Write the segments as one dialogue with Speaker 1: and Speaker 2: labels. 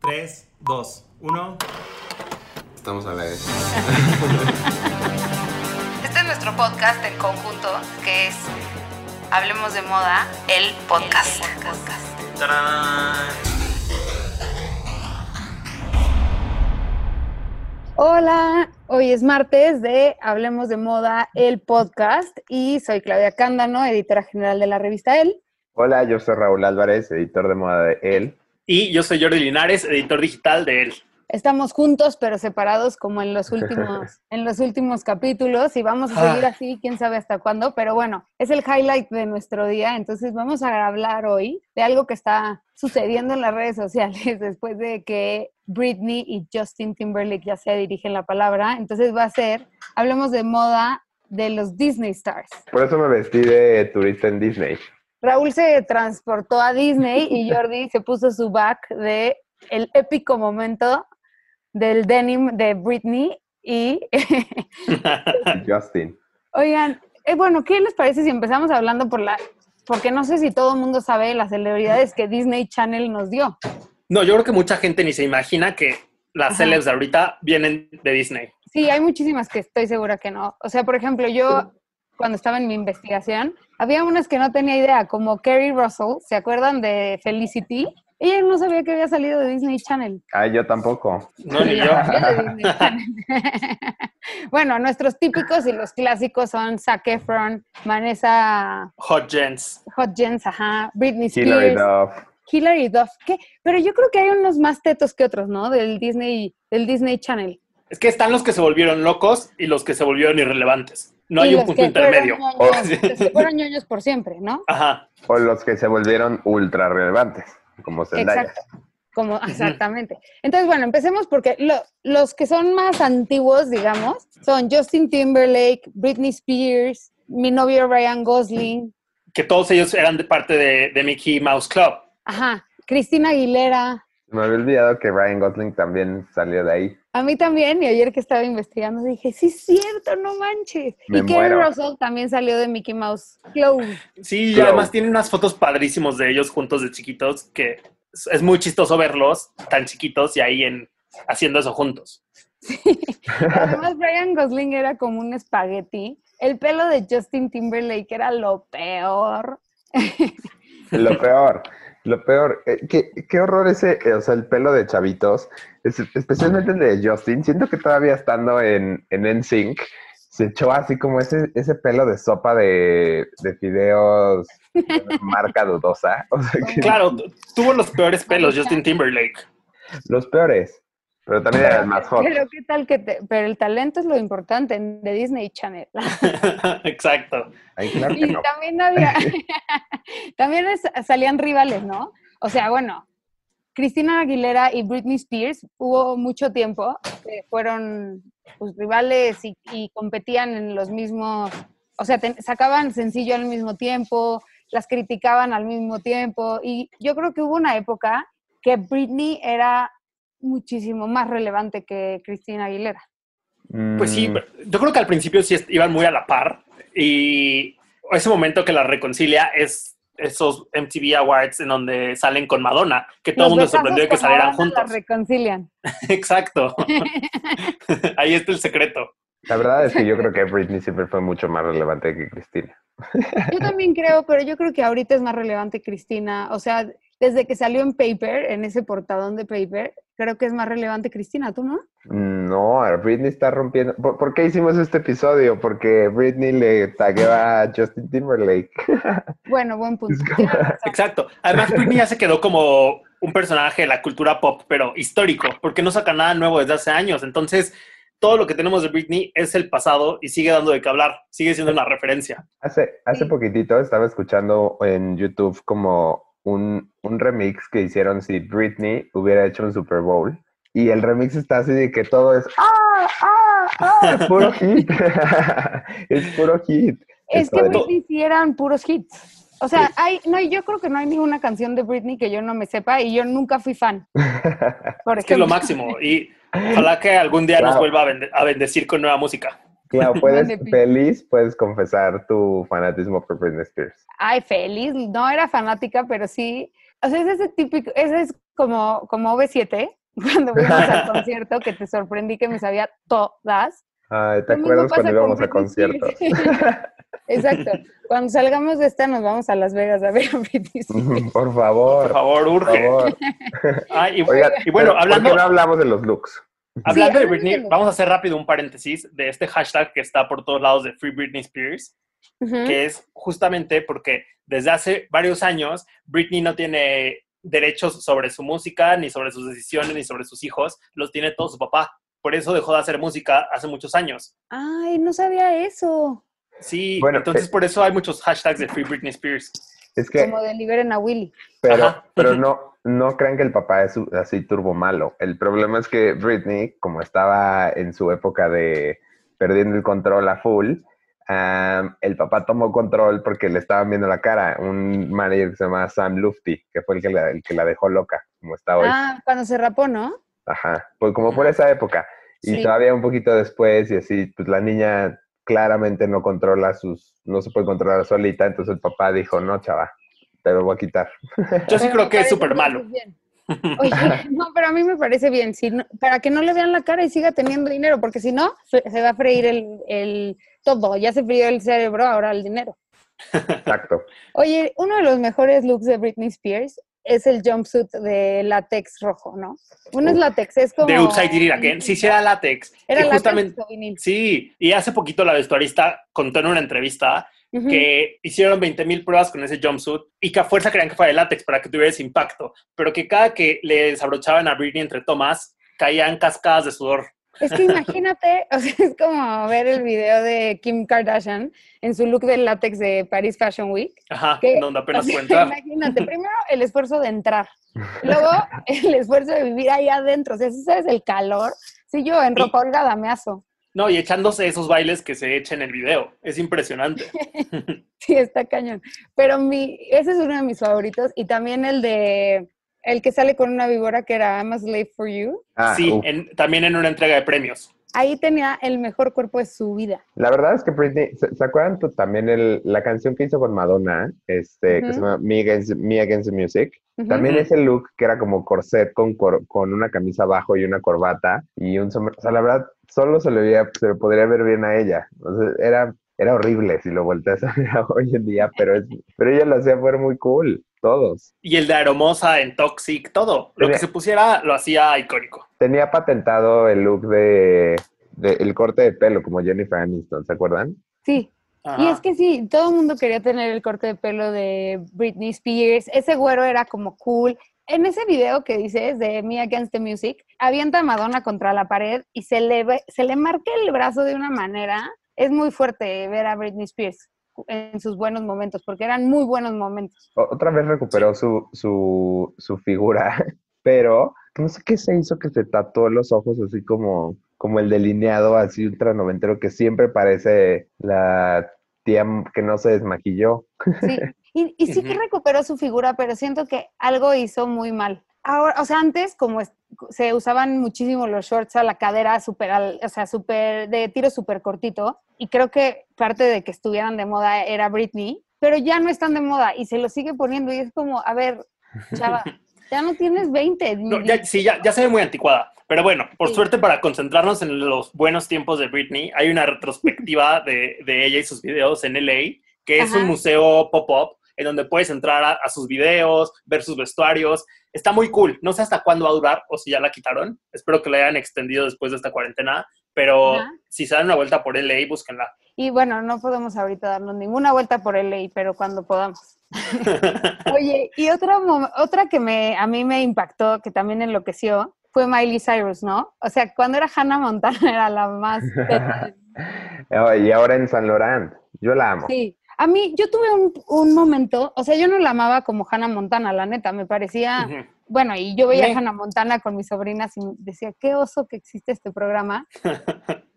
Speaker 1: 3, 2, 1.
Speaker 2: Estamos a la vez.
Speaker 3: Este es nuestro podcast en conjunto, que es Hablemos de Moda, el podcast. Hola, hoy es martes de Hablemos de Moda, el podcast, y soy Claudia Cándano, editora general de la revista El.
Speaker 2: Hola, yo soy Raúl Álvarez, editor de moda de él.
Speaker 4: Y yo soy Jordi Linares, editor digital de él.
Speaker 3: Estamos juntos pero separados como en los últimos, en los últimos capítulos y vamos a seguir así, quién sabe hasta cuándo, pero bueno, es el highlight de nuestro día, entonces vamos a hablar hoy de algo que está sucediendo en las redes sociales después de que Britney y Justin Timberlake ya se dirigen la palabra, entonces va a ser, hablemos de moda de los Disney Stars.
Speaker 2: Por eso me vestí de turista en Disney.
Speaker 3: Raúl se transportó a Disney y Jordi se puso su back de el épico momento del denim de Britney y
Speaker 2: Justin.
Speaker 3: oigan, eh, bueno, ¿qué les parece si empezamos hablando por la porque no sé si todo el mundo sabe las celebridades que Disney Channel nos dio.
Speaker 4: No, yo creo que mucha gente ni se imagina que las
Speaker 3: Ajá.
Speaker 4: celebs de ahorita vienen de Disney.
Speaker 3: Sí, hay muchísimas que estoy segura que no. O sea, por ejemplo, yo cuando estaba en mi investigación, había unas que no tenía idea, como Kerry Russell, ¿se acuerdan de Felicity? Ella no sabía que había salido de Disney Channel.
Speaker 2: Ay, yo tampoco.
Speaker 4: No, ni yo.
Speaker 3: Yo de Disney Channel. bueno, nuestros típicos y los clásicos son Zac Efron, Vanessa
Speaker 4: Hot Gens.
Speaker 3: Hodgins, ajá, Britney
Speaker 2: Hillary
Speaker 3: Spears,
Speaker 2: Duff.
Speaker 3: Hilary Duff. ¿qué? Pero yo creo que hay unos más tetos que otros, ¿no? Del Disney, del Disney Channel.
Speaker 4: Es que están los que se volvieron locos y los que se volvieron irrelevantes. No
Speaker 3: Y
Speaker 4: hay un
Speaker 3: los
Speaker 4: punto
Speaker 3: que fueron
Speaker 4: intermedio.
Speaker 3: ñoños,
Speaker 2: Oh,
Speaker 4: sí.
Speaker 3: los que fueron ñoños por siempre, ¿no?
Speaker 4: Ajá.
Speaker 2: O los que se volvieron ultra relevantes, como
Speaker 4: Pues
Speaker 2: Zendaya.
Speaker 3: Exacto. Como, exactamente. Entonces, bueno, empecemos porque lo- los que son más antiguos, digamos, son Justin Timberlake, Britney Spears, mi novio Ryan Gosling,
Speaker 4: Que todos ellos eran de parte de, de Mickey Mouse Club.
Speaker 3: Ajá, Cristina Aguilera.
Speaker 2: Me había olvidado que Ryan Gosling también salió de ahí.
Speaker 3: A mí también, y ayer que estaba investigando dije, sí es cierto, no manches.
Speaker 2: Me
Speaker 3: y Kerry
Speaker 2: muero.
Speaker 3: Russell también salió de Mickey Mouse Club.
Speaker 4: Sí, y
Speaker 2: Club.
Speaker 4: además tienen unas fotos padrísimos de ellos juntos de chiquitos que es- es muy chistoso verlos tan chiquitos y ahí en haciendo eso juntos.
Speaker 3: Además, Brian Gosling era como un espagueti. El pelo de Justin Timberlake era lo peor.
Speaker 2: Lo peor, lo peor. eh, qué, qué horror ese, eh, o sea, el pelo de chavitos, es- especialmente el de Justin. Siento que todavía estando en, en NSYNC, se echó así como ese, ese pelo de sopa de, de fideos de una marca dudosa. O sea, que
Speaker 4: Claro, tu- tuvo los peores pelos Justin Timberlake.
Speaker 2: los peores, pero también eran más hot.
Speaker 3: Pero qué tal que te- pero el talento es lo importante en- de Disney Channel.
Speaker 4: Exacto.
Speaker 2: Ay, claro que
Speaker 3: Y
Speaker 2: no.
Speaker 3: también había, también es- salían rivales, ¿no? O sea, bueno, Cristina Aguilera y Britney Spears hubo mucho tiempo que fueron pues, rivales y, y competían en los mismos, o sea, ten- sacaban sencillo al mismo tiempo, las criticaban al mismo tiempo y yo creo que hubo una época que Britney era muchísimo más relevante que Cristina Aguilera.
Speaker 4: Pues sí,
Speaker 2: Mm,
Speaker 4: pero yo creo que al principio sí est- iban muy a la par y ese momento que la reconcilia es esos MTV Awards en donde salen con Madonna, que todo el
Speaker 3: Los
Speaker 4: mundo se
Speaker 3: besazos
Speaker 4: sorprendió de que
Speaker 3: con
Speaker 4: salieran
Speaker 3: Madonna
Speaker 4: juntos.
Speaker 3: Las reconcilian.
Speaker 4: Exacto. Ahí está el secreto.
Speaker 2: La verdad es que yo creo que Britney siempre fue mucho más relevante que Cristina.
Speaker 3: Yo también creo, pero yo creo que ahorita es más relevante Cristina. O sea, desde que salió en Paper, en ese portadón de Paper, creo que es más relevante Cristina, ¿tú no?
Speaker 2: No, Britney está rompiendo. ¿Por, por qué hicimos este episodio? Porque Britney le tagueó a Justin Timberlake.
Speaker 3: Bueno, buen punto.
Speaker 2: Es como-
Speaker 3: Tienes razón.
Speaker 4: Exacto. Además, Britney ya se quedó como un personaje de la cultura pop, pero histórico, porque no saca nada nuevo desde hace años. Entonces, todo lo que tenemos de Britney es el pasado y sigue dando de qué hablar, sigue siendo una referencia.
Speaker 2: Hace, hace
Speaker 3: Sí.
Speaker 2: poquitito estaba escuchando en YouTube como un, un remix que hicieron si Britney hubiera hecho un Super Bowl. Y el remix está así de que todo es ¡Ah! ¡Ah! ¡Ah! Es puro hit. es puro hit.
Speaker 3: Es que
Speaker 2: padre.
Speaker 3: Britney sí eran puros hits. O sea, hay, no, yo creo que no hay ninguna canción de Britney que yo no me sepa y yo nunca fui fan. Por
Speaker 4: Es que es lo
Speaker 3: ejemplo.
Speaker 4: máximo y ojalá que algún día nos
Speaker 2: Claro.
Speaker 4: vuelva a, bende- a bendecir con nueva música.
Speaker 2: Claro, puedes,
Speaker 3: Mande, Pi.
Speaker 2: feliz, puedes confesar tu fanatismo por Britney Spears.
Speaker 3: Ay, feliz, no era fanática, pero sí. O sea, es ese típico, ese es como, como V7, cuando fuimos al concierto, que te sorprendí que me sabía todas.
Speaker 2: Ay, ¿te
Speaker 3: Lo mismo
Speaker 2: acuerdas
Speaker 3: pasa
Speaker 2: cuando
Speaker 3: con
Speaker 2: íbamos a
Speaker 3: Britney
Speaker 2: conciertos?
Speaker 3: Spears. Exacto. Cuando salgamos de esta, nos vamos a Las Vegas a ver a Britney Spears.
Speaker 2: Por favor,
Speaker 4: Por favor,
Speaker 2: por
Speaker 4: urge.
Speaker 2: favor.
Speaker 4: Ah, y,
Speaker 2: Oigan,
Speaker 4: y bueno,
Speaker 2: pero, ¿por
Speaker 4: hablando,
Speaker 2: qué no hablamos de los looks?
Speaker 4: hablando
Speaker 3: Sí,
Speaker 4: de Britney,
Speaker 3: hablando de-
Speaker 4: vamos a hacer rápido un paréntesis de este hashtag que está por todos lados de Free Britney Spears,
Speaker 3: Ujú.
Speaker 4: que es justamente porque desde hace varios años Britney no tiene derechos sobre su música, ni sobre sus decisiones, ni sobre sus hijos, los tiene todo su papá. Por eso dejó de hacer música hace muchos años.
Speaker 3: Ay, no sabía eso.
Speaker 4: Sí,
Speaker 2: Bueno,
Speaker 4: entonces
Speaker 2: eh.
Speaker 4: por eso hay muchos hashtags de Free Britney Spears.
Speaker 2: Es que,
Speaker 3: Como de liberen a Willy.
Speaker 2: pero,
Speaker 4: Ajá.
Speaker 2: pero no, no crean que el papá es su- así turbo malo. El problema es que Britney, como estaba en su época de perdiendo el control a full, am, el papá tomó control porque le estaban viendo la cara. Un manager que se llama Sam Lufty, que fue el que la, el que la dejó loca, como está hoy.
Speaker 3: Ah, cuando se rapó, ¿no?
Speaker 2: Ajá, pues como por esa época. Y
Speaker 3: Sí.
Speaker 2: todavía un poquito después, y así, pues la niña claramente no controla sus, no se puede controlar solita, entonces el papá dijo, no, chava, te lo voy a quitar.
Speaker 4: Yo sí
Speaker 3: Pero
Speaker 4: creo
Speaker 3: me
Speaker 4: que es
Speaker 3: parece
Speaker 4: súper malo.
Speaker 3: bien. Oye, no, pero a mí me parece bien, si no- para que no le vean la cara y siga teniendo dinero, porque si no, se, se va a freír el, el todo, ya se frió el cerebro, ahora el dinero.
Speaker 2: Exacto.
Speaker 3: Oye, uno de los mejores looks de Britney Spears es el jumpsuit de látex rojo, ¿no? Uno es
Speaker 2: Uf.
Speaker 3: látex, es como...
Speaker 4: De Upside Did It Again. Sí, sí era látex.
Speaker 3: Era
Speaker 4: y
Speaker 3: látex
Speaker 4: justamente,
Speaker 3: o vinil.
Speaker 4: sí. Y hace poquito la vestuarista contó en una entrevista
Speaker 3: Ujú.
Speaker 4: que hicieron 20.000 pruebas con ese jumpsuit y que a fuerza creían que fuera de látex para que tuviera ese impacto. Pero que cada que le desabrochaban a Britney entre tomas, caían cascadas de sudor.
Speaker 3: Es que imagínate, o sea, es como ver el video de Kim Kardashian en su look de látex de Paris Fashion Week.
Speaker 4: Ajá,
Speaker 3: ¿Qué?
Speaker 4: donde apenas
Speaker 3: O sea,
Speaker 4: puede entrar.
Speaker 3: Imagínate, primero el esfuerzo de entrar, luego el esfuerzo de vivir ahí adentro. O sea, si sabes el calor, si yo en
Speaker 4: Sí.
Speaker 3: ropa holgada me aso.
Speaker 4: No, y echándose esos bailes que se echa en el video. Es impresionante.
Speaker 3: Sí, está cañón. Pero mi, ese es uno de mis favoritos y también el de el que sale con una víbora que era I'm a slave for you.
Speaker 2: Ah,
Speaker 4: sí,
Speaker 3: eh.
Speaker 2: uf.
Speaker 4: en- también en una entrega de premios.
Speaker 3: Ahí tenía el mejor cuerpo de su vida.
Speaker 2: La verdad es que Britney, ¿se, se acuerdan tú también el- la canción que hizo con Madonna, este, que se
Speaker 3: Ujú.
Speaker 2: llama Me Against, Me Against the Music?
Speaker 3: Ujú.
Speaker 2: También
Speaker 4: Ujú.
Speaker 2: ese look que era como corset con, cor- con una camisa abajo y una corbata y un sombrero. O sea, la verdad, solo se le, veía- se le podría ver bien a ella. O sea, era, era horrible si lo volteas a ver hoy en día, pero, es, pero ella lo hacía ver muy cool, todos.
Speaker 4: Y el de Aromosa en Toxic, todo. Lo que
Speaker 2: Mira.
Speaker 4: se pusiera lo hacía icónico.
Speaker 2: Tenía patentado el look de, de- el corte de pelo, como Jennifer Aniston, ¿se acuerdan?
Speaker 3: Sí, Y
Speaker 4: Ajá.
Speaker 3: es que sí, todo el mundo quería tener el corte de pelo de Britney Spears. Ese güero era como cool. En ese video que dices de Me Against the Music, avienta a Madonna contra la pared y se le, ve- se le marca el brazo de una manera. Es muy fuerte ver a Britney Spears en sus buenos momentos, porque eran muy buenos momentos.
Speaker 2: O- otra vez recuperó su, su, su figura, pero no sé qué se hizo que se tatuó los ojos así como, como el delineado así ultra noventero que siempre parece la tía m- que no se desmaquilló.
Speaker 3: Sí. Y, y sí que
Speaker 4: Ujú.
Speaker 3: recuperó su figura, pero siento que algo hizo muy mal. Ahora, o sea, antes como es- se usaban muchísimo los shorts a la cadera súper, al- o sea, súper, de tiro súper cortito, y creo que parte de que estuvieran de moda era Britney, pero ya no están de moda y se lo sigue poniendo y es como, a ver, chava, ya no tienes 20. ni
Speaker 4: No, ya,
Speaker 3: 10.
Speaker 4: sí, ya, ya se ve muy anticuada. Pero bueno, por
Speaker 3: Sí.
Speaker 4: suerte, para concentrarnos en los buenos tiempos de Britney, hay una retrospectiva de, de ella y sus videos en LA, que es
Speaker 3: Ajá.
Speaker 4: un museo pop-up en donde puedes entrar a, a sus videos, ver sus vestuarios. Está muy cool. No sé hasta cuándo va a durar o si ya la quitaron. Espero que la hayan extendido después de esta cuarentena. Pero
Speaker 3: Ajá.
Speaker 4: si se dan una vuelta por LA, búsquenla.
Speaker 3: Y bueno, no podemos ahorita darnos ninguna vuelta por el ley, pero cuando podamos. Oye, y otra, mo- otra que me, a mí me impactó, que también enloqueció, fue Miley Cyrus, ¿no? O sea, cuando era Hannah Montana era la más... teta.
Speaker 2: Ah, Y ahora en San Laurent, yo la amo.
Speaker 3: Sí. A mí, yo tuve un, un momento, o sea, yo no la amaba como Hannah Montana, la neta, me parecía...
Speaker 4: Ujú.
Speaker 3: Bueno, y yo veía
Speaker 4: Me-
Speaker 3: a Hannah Montana con mis sobrinas y decía, qué oso que existe este programa.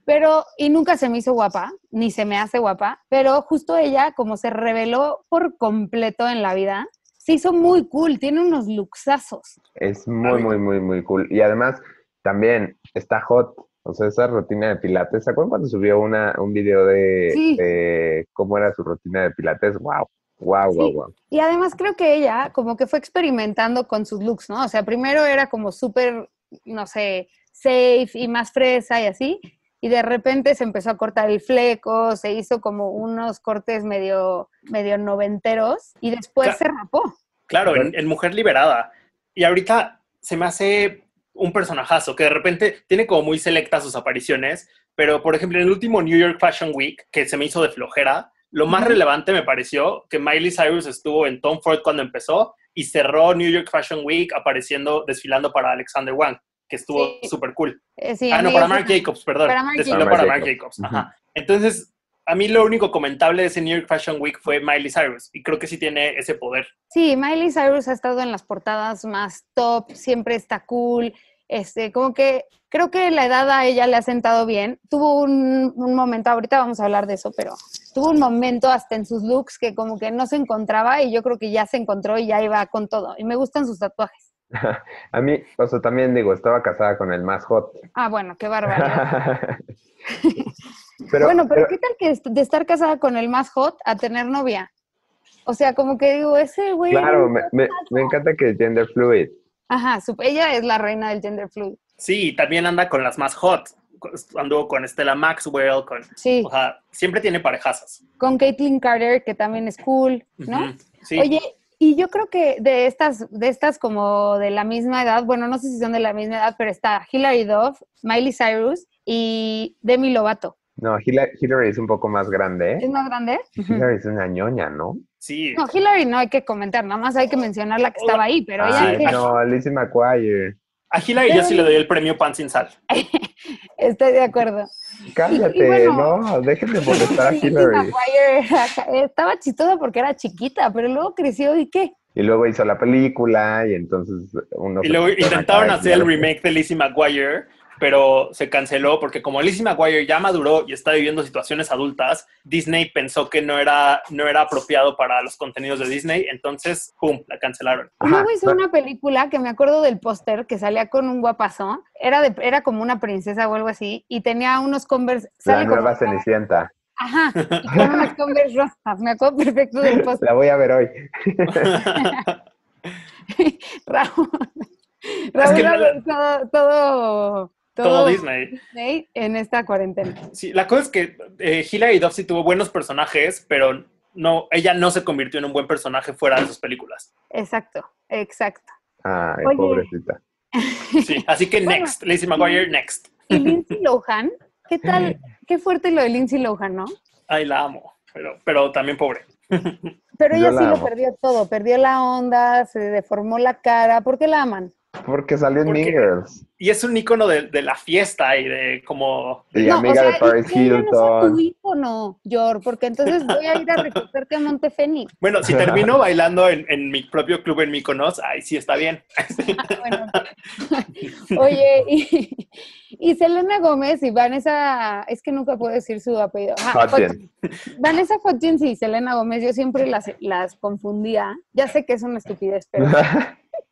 Speaker 3: Pero, y nunca se me hizo guapa, ni se me hace guapa, pero justo ella, como se reveló por completo en la vida, se hizo muy cool, tiene unos luxazos.
Speaker 2: Es
Speaker 4: A mí-
Speaker 2: muy, muy, muy, muy cool. Y además, también está hot. O sea, esa rutina de pilates. ¿Se acuerdan cuando subió una, un video de,
Speaker 3: Sí.
Speaker 2: de cómo era su rutina de pilates? ¡Wow! ¡Wow, wow,
Speaker 3: Sí.
Speaker 2: wow!
Speaker 3: Y además creo que ella como que fue experimentando con sus looks, ¿no? O sea, primero era como súper no sé, safe y más fresa y así. Y de repente se empezó a cortar el fleco, se hizo como unos cortes medio, medio noventeros y después
Speaker 4: Ca-
Speaker 3: se rapó.
Speaker 4: Claro, en, en Mujer Liberada. Y ahorita se me hace un personajazo que de repente tiene como muy selectas sus apariciones, pero por ejemplo en el último New York Fashion Week, que se me hizo de flojera, lo más
Speaker 3: Ujú.
Speaker 4: relevante me pareció que Miley Cyrus estuvo en Tom Ford cuando empezó y cerró New York Fashion Week apareciendo, desfilando para Alexander Wang, que estuvo
Speaker 3: Sí.
Speaker 4: súper cool.
Speaker 3: Eh, sí, a
Speaker 4: ah, no,
Speaker 3: mí
Speaker 4: para
Speaker 3: eso-
Speaker 4: Marc Jacobs, perdón.
Speaker 3: Para Marc
Speaker 4: Desfiló
Speaker 2: Jacobs.
Speaker 4: para
Speaker 2: Marc
Speaker 4: Marc Jacobs. Ajá. Entonces, a mí lo único comentable de ese New York Fashion Week fue Miley Cyrus y creo que sí tiene ese poder.
Speaker 3: Sí, Miley Cyrus ha estado en las portadas más top, siempre está cool. Este, como que creo que la edad a ella le ha sentado bien. Tuvo un, un momento, ahorita vamos a hablar de eso, pero tuvo un momento hasta en sus looks que como que no se encontraba y yo creo que ya se encontró y ya iba con todo. Y me gustan sus tatuajes.
Speaker 2: A mí, o sea, también digo, estaba casada con el más hot.
Speaker 3: Ah, bueno, qué bárbaro.
Speaker 2: pero,
Speaker 3: bueno, pero,
Speaker 2: pero-
Speaker 3: ¿qué tal que est- de estar casada con el más hot a tener novia? O sea, como que digo, ese güey...
Speaker 2: claro, me, me- me encanta que gender fluid.
Speaker 3: Ajá, sup- ella es la reina del gender fluid.
Speaker 4: Sí, y también anda con las más hot. Anduvo con Stella Maxwell, con.
Speaker 3: Sí.
Speaker 4: O sea, siempre tiene parejazas.
Speaker 3: con Caitlyn Carter, que también es cool, ¿no?
Speaker 4: Ujú, Sí.
Speaker 3: Oye, y yo creo que de estas, de estas como de la misma edad, bueno, no sé si son de la misma edad, pero está Hilary Duff, Miley Cyrus y Demi Lovato.
Speaker 2: No, Hillary, Hillary es un poco más grande, ¿eh?
Speaker 3: ¿Es más grande? Ujú.
Speaker 2: Hillary es una ñoña, ¿no?
Speaker 4: sí.
Speaker 3: No, Hilary no hay que comentar, nada más hay que mencionar la que estaba ahí, pero ella
Speaker 2: Ay,
Speaker 3: que-
Speaker 2: no, Lizzie McGuire.
Speaker 4: A Hillary yo sí le doy el premio pan sin sal.
Speaker 3: estoy de acuerdo.
Speaker 2: Cállate,
Speaker 3: bueno-
Speaker 2: no, déjenme molestar a
Speaker 3: Lizzie
Speaker 2: Hillary.
Speaker 3: McGuire estaba chistosa porque era chiquita, pero luego creció y qué.
Speaker 2: Y luego hizo la película y entonces uno...
Speaker 4: Y
Speaker 2: se-
Speaker 4: luego intentaron
Speaker 2: Ay,
Speaker 4: hacer el
Speaker 2: claro.
Speaker 4: remake de Lizzie McGuire, pero se canceló porque como Lizzie McGuire ya maduró y está viviendo situaciones adultas, Disney pensó que no era, no era apropiado para los contenidos de Disney, entonces, ¡pum!, la cancelaron.
Speaker 2: Ajá,
Speaker 3: Luego hizo
Speaker 2: no,
Speaker 3: una película que me acuerdo del póster que salía con un guapazón. Era, de, era como una princesa o algo así. Y tenía unos Converse.
Speaker 2: La
Speaker 3: sale como-
Speaker 2: nueva Cenicienta.
Speaker 3: Ajá. Y con unos Converse rosas. Me acuerdo perfecto del póster.
Speaker 2: La voy a ver hoy.
Speaker 3: Raúl. Raúl
Speaker 4: que
Speaker 3: ha
Speaker 4: no la-
Speaker 3: pensado todo, todo,
Speaker 4: Todo Disney.
Speaker 3: Disney en esta cuarentena.
Speaker 4: Sí, la cosa es que eh, Hilary Duff sí tuvo buenos personajes, pero no, ella no se convirtió en un buen personaje fuera de sus películas.
Speaker 3: Exacto, exacto.
Speaker 2: Ay,
Speaker 3: Oye.
Speaker 2: pobrecita.
Speaker 4: Sí, así que
Speaker 3: Bueno.
Speaker 4: next, Lizzie McGuire, next.
Speaker 3: Y Lindsay Lohan, ¿qué tal? Qué fuerte lo de Lindsay Lohan, ¿no?
Speaker 4: Ay, la amo, pero, pero también pobre.
Speaker 2: Yo
Speaker 3: Pero ella
Speaker 2: la
Speaker 3: sí lo
Speaker 2: amo.
Speaker 3: perdió todo. Perdió la onda, se deformó la cara. ¿Por qué la aman?
Speaker 2: Porque salió en
Speaker 4: ¿Por
Speaker 2: Mean
Speaker 4: qué?
Speaker 2: Girls.
Speaker 4: Y es un icono de, de la fiesta y de como...
Speaker 2: Y
Speaker 3: No, o
Speaker 2: amiga
Speaker 3: sea,
Speaker 2: de
Speaker 3: y
Speaker 2: Paris
Speaker 3: que ella No sea tu
Speaker 2: Hilton.
Speaker 3: ícono, Yor, porque entonces voy a ir a recogerte a Montefeni.
Speaker 4: Bueno, si termino bailando en, en mi propio club en Mykonos, ahí sí está bien.
Speaker 3: Bueno, ok. Oye, y, y Selena Gómez y Vanessa, es que nunca puedo decir su apellido. Ah,
Speaker 2: Hudgens.
Speaker 3: Hudgens. Vanessa Hudgens y Selena Gómez, yo siempre las, las confundía. Ya sé que es una estupidez, pero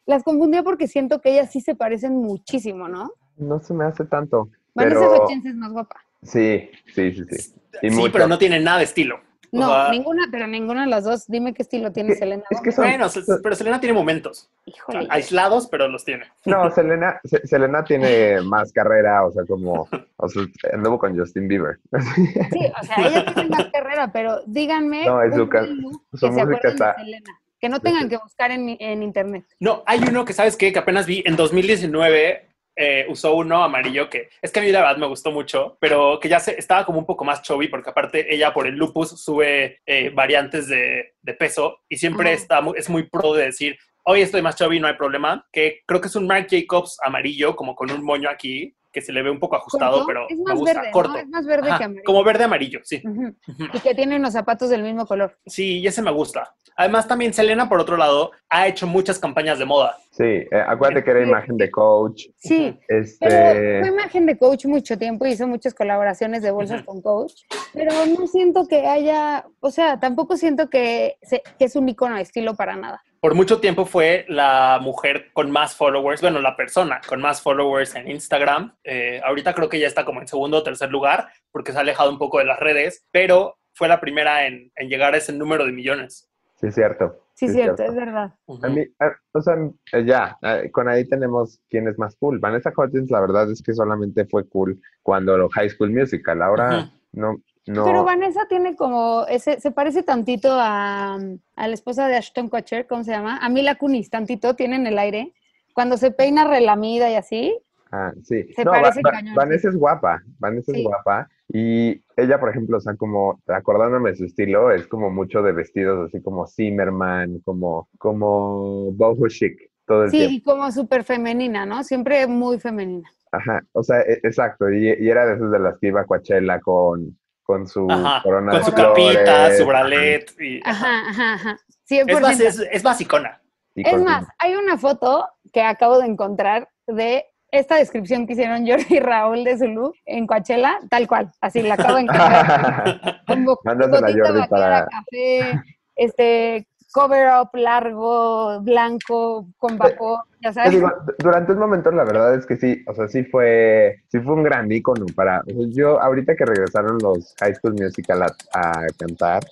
Speaker 3: las confundía porque siento que ellas sí se parecen muchísimo, ¿no?
Speaker 2: no se me hace tanto.
Speaker 3: Vanessa
Speaker 2: Pero
Speaker 3: Hudgens es más guapa.
Speaker 2: sí, sí, sí, sí. Y
Speaker 4: sí,
Speaker 2: mucho.
Speaker 4: pero no tiene nada de estilo.
Speaker 3: No,
Speaker 4: Ajá.
Speaker 3: ninguna, pero ninguna de las dos. Dime qué estilo tiene
Speaker 2: Es que-
Speaker 3: Selena
Speaker 2: es que
Speaker 3: Gómez.
Speaker 2: son-
Speaker 4: Bueno, se- pero Selena tiene momentos
Speaker 3: Híjole.
Speaker 4: aislados, pero los tiene.
Speaker 2: No, Selena, Se- Selena tiene más carrera, o sea, como, o sea, anduvo con Justin Bieber.
Speaker 3: Sí, o sea, ella tiene más carrera, pero díganme
Speaker 2: No, es
Speaker 3: un
Speaker 2: su ca-
Speaker 3: menú que
Speaker 2: su
Speaker 3: se
Speaker 2: música
Speaker 3: acuerden
Speaker 2: está-
Speaker 3: de Selena, que no tengan que buscar en, en internet.
Speaker 4: No, hay uno que, ¿sabes qué? Que apenas vi en 2019, eh, usó uno amarillo que es que a mí la verdad me gustó mucho, pero que ya se, estaba como un poco más chubby porque aparte ella por el lupus sube eh, variantes de, de peso y siempre
Speaker 3: Ajá.
Speaker 4: está mu- es muy pro de decir, hoy estoy más chubby, no hay problema, que creo que es un Marc Jacobs amarillo, como con un moño aquí, que se le ve un poco ajustado,
Speaker 3: ¿Corto?
Speaker 4: pero
Speaker 3: es
Speaker 4: me
Speaker 3: más
Speaker 4: gusta,
Speaker 3: verde, ¿no?
Speaker 4: corto.
Speaker 3: Es más verde
Speaker 4: Ajá,
Speaker 3: que amarillo.
Speaker 4: como verde amarillo, sí.
Speaker 3: Ujú.
Speaker 4: Ujú.
Speaker 3: Y que tiene unos zapatos del mismo color.
Speaker 4: Sí, y ese me gusta. Además, también Selena, por otro lado, ha hecho muchas campañas de moda.
Speaker 2: Sí, eh, acuérdate que era imagen de coach.
Speaker 3: Sí, pero fue
Speaker 2: Este,
Speaker 3: imagen de coach mucho tiempo, hizo muchas colaboraciones de bolsas
Speaker 4: Ujú.
Speaker 3: con coach, pero no siento que haya, o sea, tampoco siento que, se- que es un icono de estilo para nada.
Speaker 4: por mucho tiempo fue la mujer con más followers, bueno, la persona con más followers en Instagram. Eh, ahorita creo que ya está como en segundo o tercer lugar porque se ha alejado un poco de las redes, pero fue la primera en, en llegar a ese número de millones.
Speaker 2: Sí, es cierto.
Speaker 3: Sí,
Speaker 2: es
Speaker 3: cierto,
Speaker 2: cierto.
Speaker 3: es verdad.
Speaker 4: Ujú.
Speaker 2: A mí, a- o sea, eh, ya, eh, con ahí tenemos quién es más cool. Vanessa Hudgens, la verdad es que solamente fue cool cuando lo High School Musical. Ahora
Speaker 4: Ujú.
Speaker 2: no, no.
Speaker 3: Pero Vanessa tiene como ese, se parece tantito a, a la esposa de Ashton Kutcher, ¿cómo se llama? A Mila Kunis, tantito, tienen el aire. Cuando se peina relamida y así,
Speaker 2: Ah, sí.
Speaker 3: Se
Speaker 2: No, Va-
Speaker 3: parece
Speaker 2: Va-
Speaker 3: cañón,
Speaker 2: Vanessa es guapa. Vanessa
Speaker 3: Sí.
Speaker 2: es guapa. Y ella, por ejemplo, o sea, como acordándome de su estilo, es como mucho de vestidos así como Zimmerman, como, como boho chic todo el
Speaker 3: sí,
Speaker 2: tiempo.
Speaker 3: y como súper femenina, ¿no? Siempre muy femenina.
Speaker 2: Ajá. O sea, e- exacto. Y, y era de esas de las que iba a Coachella con, con su
Speaker 4: Ajá,
Speaker 2: corona
Speaker 4: Con
Speaker 2: de
Speaker 4: su
Speaker 2: flores,
Speaker 4: capita, su
Speaker 2: ajá,
Speaker 4: bralet. y-
Speaker 3: Ajá, ajá, ajá.
Speaker 4: Es,
Speaker 3: 100%.
Speaker 4: bas- es, es basicona.
Speaker 2: y
Speaker 3: Es
Speaker 2: con-
Speaker 3: más, hay una foto que acabo de encontrar de esta descripción que hicieron Jordi y Raúl de su look en Coachella, tal cual, así la acabo de encontrar. Con bo-
Speaker 2: Mándasela a
Speaker 3: botita
Speaker 2: Jordi
Speaker 3: vaquera,
Speaker 2: para-
Speaker 3: café, este cover up largo, blanco, con vapor, ya
Speaker 2: Te
Speaker 3: sabes.
Speaker 2: Pues digo, du- durante un momento la verdad es que sí, o sea, sí fue, sí fue un gran ícono para, o sea, yo ahorita que regresaron los High School Musical a, a cantar,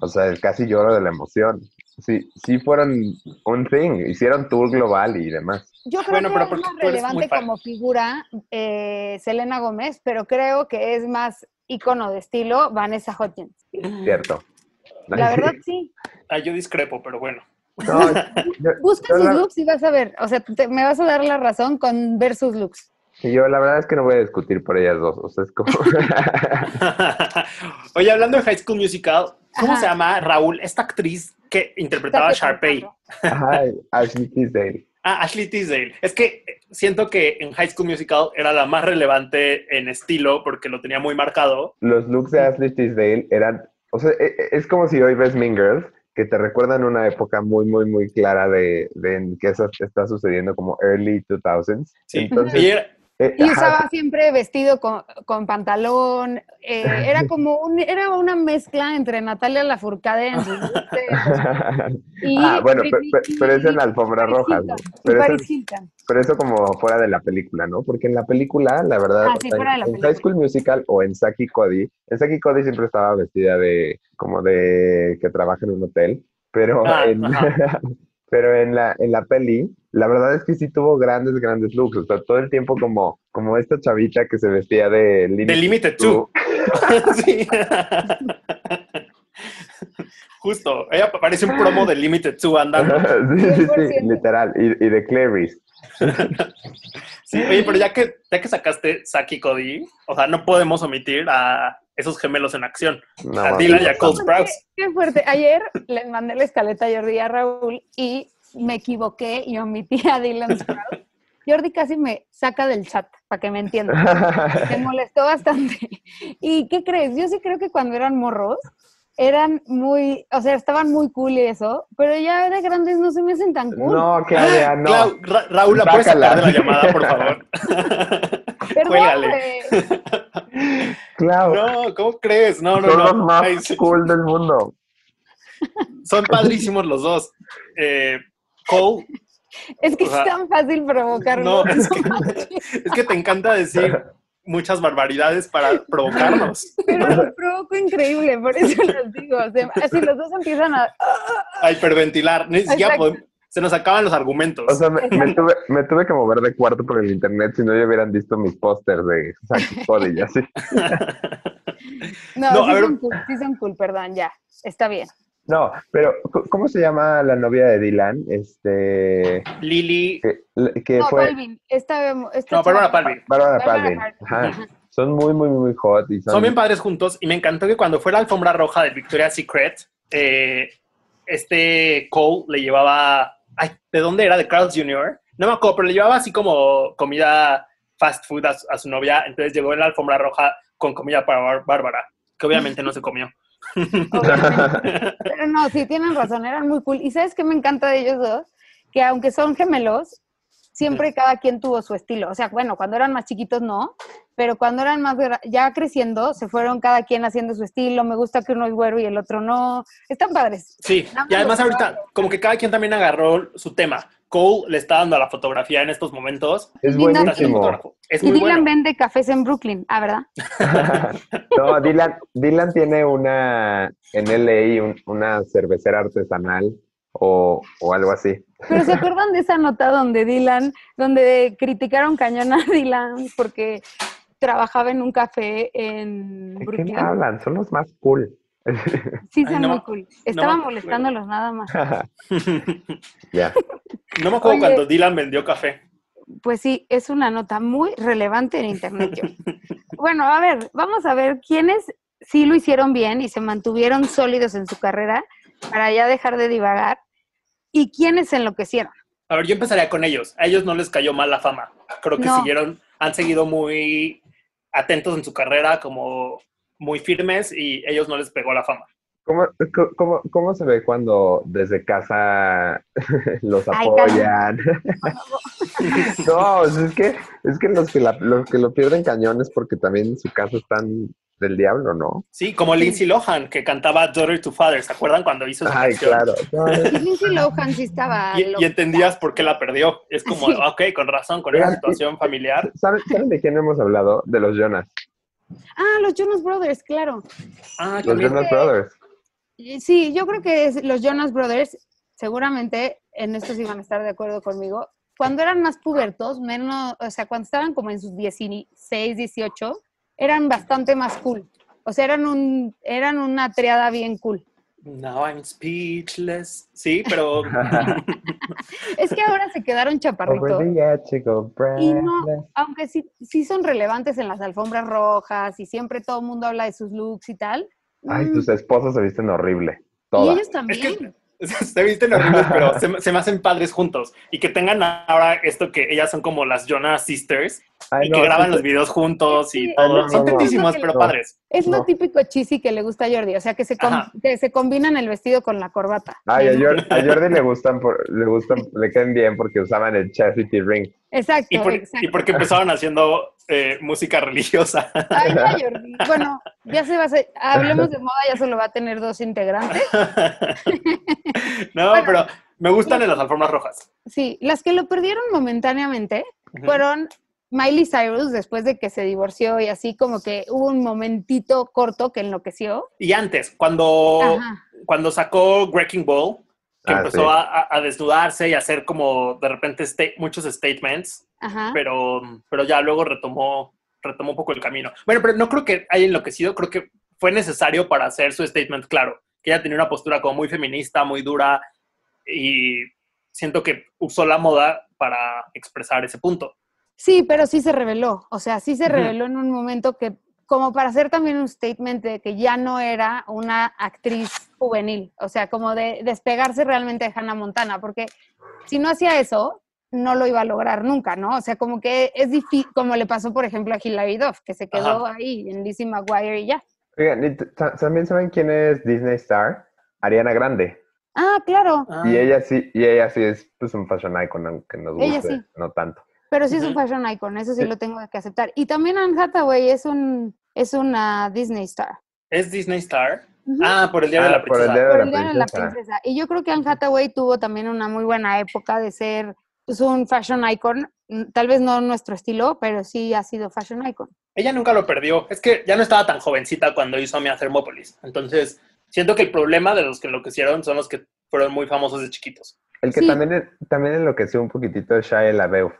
Speaker 2: o sea, casi lloro de la emoción. Sí, sí fueron un thing, hicieron tour global y demás.
Speaker 3: Yo creo
Speaker 4: Bueno,
Speaker 3: que
Speaker 4: pero
Speaker 3: es
Speaker 4: porque
Speaker 3: más
Speaker 4: tú eres muy
Speaker 3: relevante
Speaker 4: fan.
Speaker 3: como figura eh, Selena Gómez, pero creo que es más icono de estilo Vanessa Hudgens.
Speaker 2: Cierto.
Speaker 3: Mm. La verdad, sí.
Speaker 4: Ah, yo discrepo, pero bueno.
Speaker 2: No, yo-
Speaker 3: Busca
Speaker 2: yo
Speaker 3: sus
Speaker 2: la-
Speaker 3: looks y vas a ver. O sea, te- me vas a dar la razón con ver sus looks.
Speaker 2: sí, yo la verdad es que no voy a discutir por ellas dos, o sea, es como...
Speaker 4: Oye, hablando de High School Musical, ¿cómo
Speaker 3: Ajá.
Speaker 4: se llama Raúl, esta actriz que interpretaba a Sharpay?
Speaker 2: Ay, Ashley Tisdale.
Speaker 4: Ah, Ashley Tisdale. Es que siento que en High School Musical era la más relevante en estilo porque lo tenía muy marcado.
Speaker 2: los looks de Ashley Tisdale eran, o sea, e- e- es como si hoy ves Mean Girls, que te recuerdan una época muy, muy, muy clara de, de en que eso está sucediendo como early 2000s.
Speaker 4: Sí.
Speaker 2: Entonces,
Speaker 4: Y era-
Speaker 2: eh,
Speaker 3: Y
Speaker 2: ajá,
Speaker 3: usaba siempre vestido con, con pantalón. eh, era como un, era una mezcla entre Natalia Lafourcade en sus looks de- y
Speaker 2: ah, bueno, pe-
Speaker 3: Britney
Speaker 2: pe- pero es en la
Speaker 3: Spears,
Speaker 2: alfombra
Speaker 3: Paris
Speaker 2: roja,
Speaker 3: Hilton,
Speaker 2: ¿no?
Speaker 3: y
Speaker 2: pero, eso,
Speaker 3: Paris Hilton.
Speaker 2: pero eso como fuera de la película, ¿no? Porque en la película, la verdad,
Speaker 3: Ah,
Speaker 2: o
Speaker 3: sí,
Speaker 2: sea,
Speaker 3: fuera de la
Speaker 2: en
Speaker 3: película.
Speaker 2: High School Musical o en Saki Cody, en Saki Cody siempre estaba vestida de como de que trabaja en un hotel, pero
Speaker 4: Ah,
Speaker 2: en,
Speaker 4: ajá.
Speaker 2: pero en la en la peli, la verdad es que sí tuvo grandes grandes looks, o sea, todo el tiempo como como esta chavita que se vestía de
Speaker 4: The Limited
Speaker 2: Two.
Speaker 4: 2. sí. Justo. Ella parece un promo de Limited 2 andando.
Speaker 2: sí, sí, sí,
Speaker 3: 100%.
Speaker 2: literal, y, y de Clarice.
Speaker 4: Sí, oye, pero ya que, ya que sacaste Saki y Cody, o sea, no podemos omitir a esos gemelos en acción.
Speaker 2: No,
Speaker 4: a Dylan y a
Speaker 2: mames.
Speaker 4: Cole Sprouse.
Speaker 3: Qué fuerte. Ayer le mandé la escaleta a Jordi y a Raúl y me equivoqué y omití a Dylan Sprouse. Jordi casi me saca del chat para que me entienda. me molestó bastante. ¿Y qué crees? Yo sí creo que cuando eran morros eran muy, o sea, estaban muy cool y eso, pero ya de grandes no se me hacen tan cool.
Speaker 2: No, Claudia, no.
Speaker 4: Ah, Clau- Ra- Raúl, ¿la puedes
Speaker 2: Sácala.
Speaker 4: sacar de la llamada, por favor?
Speaker 3: Perdón,
Speaker 4: cuélgale.
Speaker 3: güey.
Speaker 2: Clau,
Speaker 4: No, ¿cómo crees? No, no,
Speaker 2: son los
Speaker 4: no.
Speaker 2: más
Speaker 4: Ay, sí.
Speaker 2: cool del mundo.
Speaker 4: Son padrísimos los dos. Eh, Cole,
Speaker 3: es que
Speaker 4: O sea,
Speaker 3: es tan fácil provocarlo.
Speaker 4: no, es que, es que te encanta decir muchas barbaridades para provocarnos.
Speaker 3: Pero lo provoco increíble, por eso los digo. O sea, así los dos empiezan a...
Speaker 4: A hiperventilar. Ni siquiera
Speaker 3: Exacto.
Speaker 4: podemos- se nos acaban los argumentos.
Speaker 2: O sea, me, me tuve, me tuve que mover de cuarto por el internet si no ya hubieran visto mis pósters de Saki Cody y así.
Speaker 3: No,
Speaker 4: No,
Speaker 3: sí,
Speaker 4: a ver.
Speaker 3: son cool, sí son cool, perdón, ya. Está bien.
Speaker 2: No, pero c- ¿cómo se llama la novia de Dylan? Este,
Speaker 4: Lily.
Speaker 2: que, que
Speaker 3: No,
Speaker 2: fue
Speaker 3: Palvin, esta... esta
Speaker 4: No, Bárbara
Speaker 3: chava-
Speaker 4: Palvin.
Speaker 2: Bárbara
Speaker 3: Bárbara
Speaker 2: Palvin.
Speaker 3: Palvin,
Speaker 2: Ajá.
Speaker 3: ajá.
Speaker 2: Son muy, muy, muy hot y son,
Speaker 4: Son bien padres juntos y me encantó que cuando fue la alfombra roja de Victoria's Secret, eh, este Cole le llevaba, ay, ¿de dónde era? De Carl Jr. No me acuerdo, pero le llevaba así como comida fast food a, su- a su novia, entonces llegó en la alfombra roja con comida para Bar- Bárbara, que obviamente no se comió.
Speaker 3: Obviamente. Pero no, sí, tienen razón, eran muy cool. ¿Y sabes qué me encanta de ellos dos? Que aunque son gemelos, siempre cada quien tuvo su estilo. O sea, bueno, cuando eran más chiquitos no, pero cuando eran más, gra- ya creciendo, se fueron cada quien haciendo su estilo. Me gusta que uno es güero y el otro no. Están padres.
Speaker 4: Sí,
Speaker 3: Nada más
Speaker 4: y además
Speaker 3: los
Speaker 4: ahorita como que cada quien también agarró su tema. Cole le está dando a la fotografía en estos momentos.
Speaker 2: Es
Speaker 3: Linda.
Speaker 4: Está siendo
Speaker 2: buenísimo.
Speaker 4: fotógrafo. Es
Speaker 3: Y
Speaker 4: muy
Speaker 3: Dylan
Speaker 4: bueno.
Speaker 3: vende cafés en Brooklyn, ah, ¿verdad?
Speaker 2: no, Dylan, Dylan tiene una en LA un- una cervecera artesanal o, o algo así.
Speaker 3: Pero ¿se acuerdan de esa nota donde Dylan, donde criticaron cañón a Dylan porque trabajaba en un café en
Speaker 2: ¿De qué me
Speaker 3: Brooklyn?
Speaker 2: hablan? Son los más cool.
Speaker 3: Sí,
Speaker 4: Ay,
Speaker 3: son
Speaker 4: no
Speaker 3: muy
Speaker 4: me-
Speaker 3: cool. Estaban
Speaker 4: acuerdo.
Speaker 3: molestándolos nada más.
Speaker 2: ya.
Speaker 4: No me acuerdo
Speaker 3: Oye.
Speaker 4: cuando Dylan vendió café.
Speaker 3: Pues sí, es una nota muy relevante en internet. yo. bueno, a ver, vamos a ver quiénes sí lo hicieron bien y se mantuvieron sólidos en su carrera para ya dejar de divagar y quiénes se enloquecieron.
Speaker 4: A ver, yo empezaría con ellos. A ellos no les cayó mal la fama. Creo que
Speaker 3: No.
Speaker 4: siguieron, han seguido muy atentos en su carrera, como muy firmes y ellos no les pegó la fama.
Speaker 2: ¿Cómo, co- cómo, cómo se ve cuando desde casa los
Speaker 3: Ay,
Speaker 2: apoyan? no, o sea, es que, es que los que, la- los que lo pierden cañón es porque también en su casa están del diablo, ¿no?
Speaker 4: Sí, como Lindsay Lohan, que cantaba Daughter to Father. ¿Se acuerdan cuando hizo esa
Speaker 2: Ay,
Speaker 4: canción?
Speaker 2: claro. No,
Speaker 3: Y Lindsay Lohan sí estaba
Speaker 4: Y, y
Speaker 3: loca.
Speaker 4: entendías por qué la perdió. Es como,
Speaker 3: Ah, Sí.
Speaker 4: ok, con razón, con esa
Speaker 2: Eran-
Speaker 4: situación familiar.
Speaker 2: ¿Saben, saben de quién hemos hablado? De los Jonas.
Speaker 3: Ah, los Jonas Brothers, claro.
Speaker 4: Ah,
Speaker 2: Los
Speaker 4: también.
Speaker 2: Jonas Brothers.
Speaker 3: Y Sí, yo creo que es- los Jonas Brothers, seguramente en estos iban a estar de acuerdo conmigo, cuando eran más pubertos, menos, o sea, cuando estaban como en sus 16, 18, eran bastante más cool. O sea, eran, un, eran una triada bien cool.
Speaker 4: Now I'm speechless. Sí, pero
Speaker 3: Es que ahora se quedaron
Speaker 2: pues,
Speaker 3: chaparritos.
Speaker 2: Over the edge, go
Speaker 3: Y no-
Speaker 2: breathless.
Speaker 3: aunque sí, sí son relevantes en las alfombras rojas y siempre todo el mundo habla de sus looks y tal.
Speaker 2: Ay,
Speaker 3: mm,
Speaker 2: tus esposas se visten horrible.
Speaker 3: y
Speaker 2: Todas.
Speaker 3: ellos también.
Speaker 4: se visten horribles, pero se, se me hacen padres juntos. Y que tengan ahora esto que ellas son como las Jonas Sisters
Speaker 2: Ay,
Speaker 4: y
Speaker 2: no,
Speaker 4: que graban
Speaker 2: sí,
Speaker 4: los videos juntos
Speaker 3: Sí.
Speaker 4: y
Speaker 2: Ah,
Speaker 4: todo.
Speaker 2: no,
Speaker 4: son
Speaker 2: no, no.
Speaker 4: tontísimos, pero
Speaker 2: No.
Speaker 4: padres.
Speaker 3: Es lo
Speaker 2: No.
Speaker 3: típico chisi que le gusta a Jordi, o sea, que se, com-
Speaker 4: Ajá.
Speaker 3: que se combinan el vestido con la corbata.
Speaker 2: Ay, a
Speaker 3: ¿no?
Speaker 2: Jordi, a Jordi le gustan, por- le gustan, le caen bien porque usaban el chastity ring.
Speaker 3: Exacto,
Speaker 4: Y, por-
Speaker 3: exacto.
Speaker 4: y porque empezaron haciendo eh, música religiosa.
Speaker 3: Ay, no, Jordi. Bueno, ya se va a hacer- hablemos de moda, ya solo va a tener dos integrantes.
Speaker 4: no,
Speaker 3: Bueno.
Speaker 4: pero me gustan en las alfombras rojas.
Speaker 3: Sí, las que lo perdieron momentáneamente
Speaker 4: Ujú.
Speaker 3: fueron Miley Cyrus después de que se divorció y así como que hubo un momentito corto que enloqueció.
Speaker 4: Y antes, cuando,
Speaker 3: Ajá.
Speaker 4: cuando sacó Wrecking Ball, que
Speaker 2: Ah,
Speaker 4: empezó
Speaker 2: sí.
Speaker 4: a, a- a desnudarse y a hacer como de repente sta- muchos statements,
Speaker 3: Ajá.
Speaker 4: pero, pero ya luego retomó, retomó un poco el camino. Bueno, pero no creo que haya enloquecido, creo que fue necesario para hacer su statement claro, que ella tenía una postura como muy feminista, muy dura, y siento que usó la moda para expresar ese punto.
Speaker 3: Sí, pero sí se reveló. O sea, sí se
Speaker 4: Ujú.
Speaker 3: reveló en un momento que, como para hacer también un statement de que ya no era una actriz juvenil. O sea, como de despegarse realmente de Hannah Montana, porque si no hacía eso, no lo iba a lograr nunca, ¿no? O sea, como que es difícil, como le pasó, por ejemplo, a Hilary Duff, que se quedó ahí en Lizzie McGuire y ya.
Speaker 2: Oigan, ¿y t- ta- también saben quién es Disney Star? Ariana Grande.
Speaker 3: Ah, claro,
Speaker 2: Y ella sí, y ella sí es pues un fashion icon, aunque nos
Speaker 3: Ella
Speaker 2: guste,
Speaker 3: sí.
Speaker 2: no tanto.
Speaker 3: pero sí es un
Speaker 4: Ujú.
Speaker 3: fashion icon, eso sí
Speaker 2: Sí.
Speaker 3: lo tengo que aceptar. Y también Anne Hathaway es, un, es una Disney star.
Speaker 4: Ah, ¿Es Disney Star?
Speaker 3: Ujú.
Speaker 4: Ah, por el Día de
Speaker 2: Ah,
Speaker 4: la
Speaker 2: por el
Speaker 4: Princesa.
Speaker 2: Día de
Speaker 3: Por
Speaker 2: la
Speaker 3: el Día de la
Speaker 2: Princesa.
Speaker 3: Princesa. Y yo creo que Anne Hathaway tuvo también una muy buena época de ser pues, un fashion icon. Mm, Tal vez no nuestro estilo, pero sí ha sido fashion icon.
Speaker 4: Ella nunca lo perdió. Es que ya no estaba tan jovencita cuando hizo a Thermopolis. Entonces, siento que el problema de los que enloquecieron son los que fueron muy famosos de chiquitos.
Speaker 2: El que
Speaker 3: Sí.
Speaker 2: también, en- también enloqueció un poquitito es Shia LaBeouf.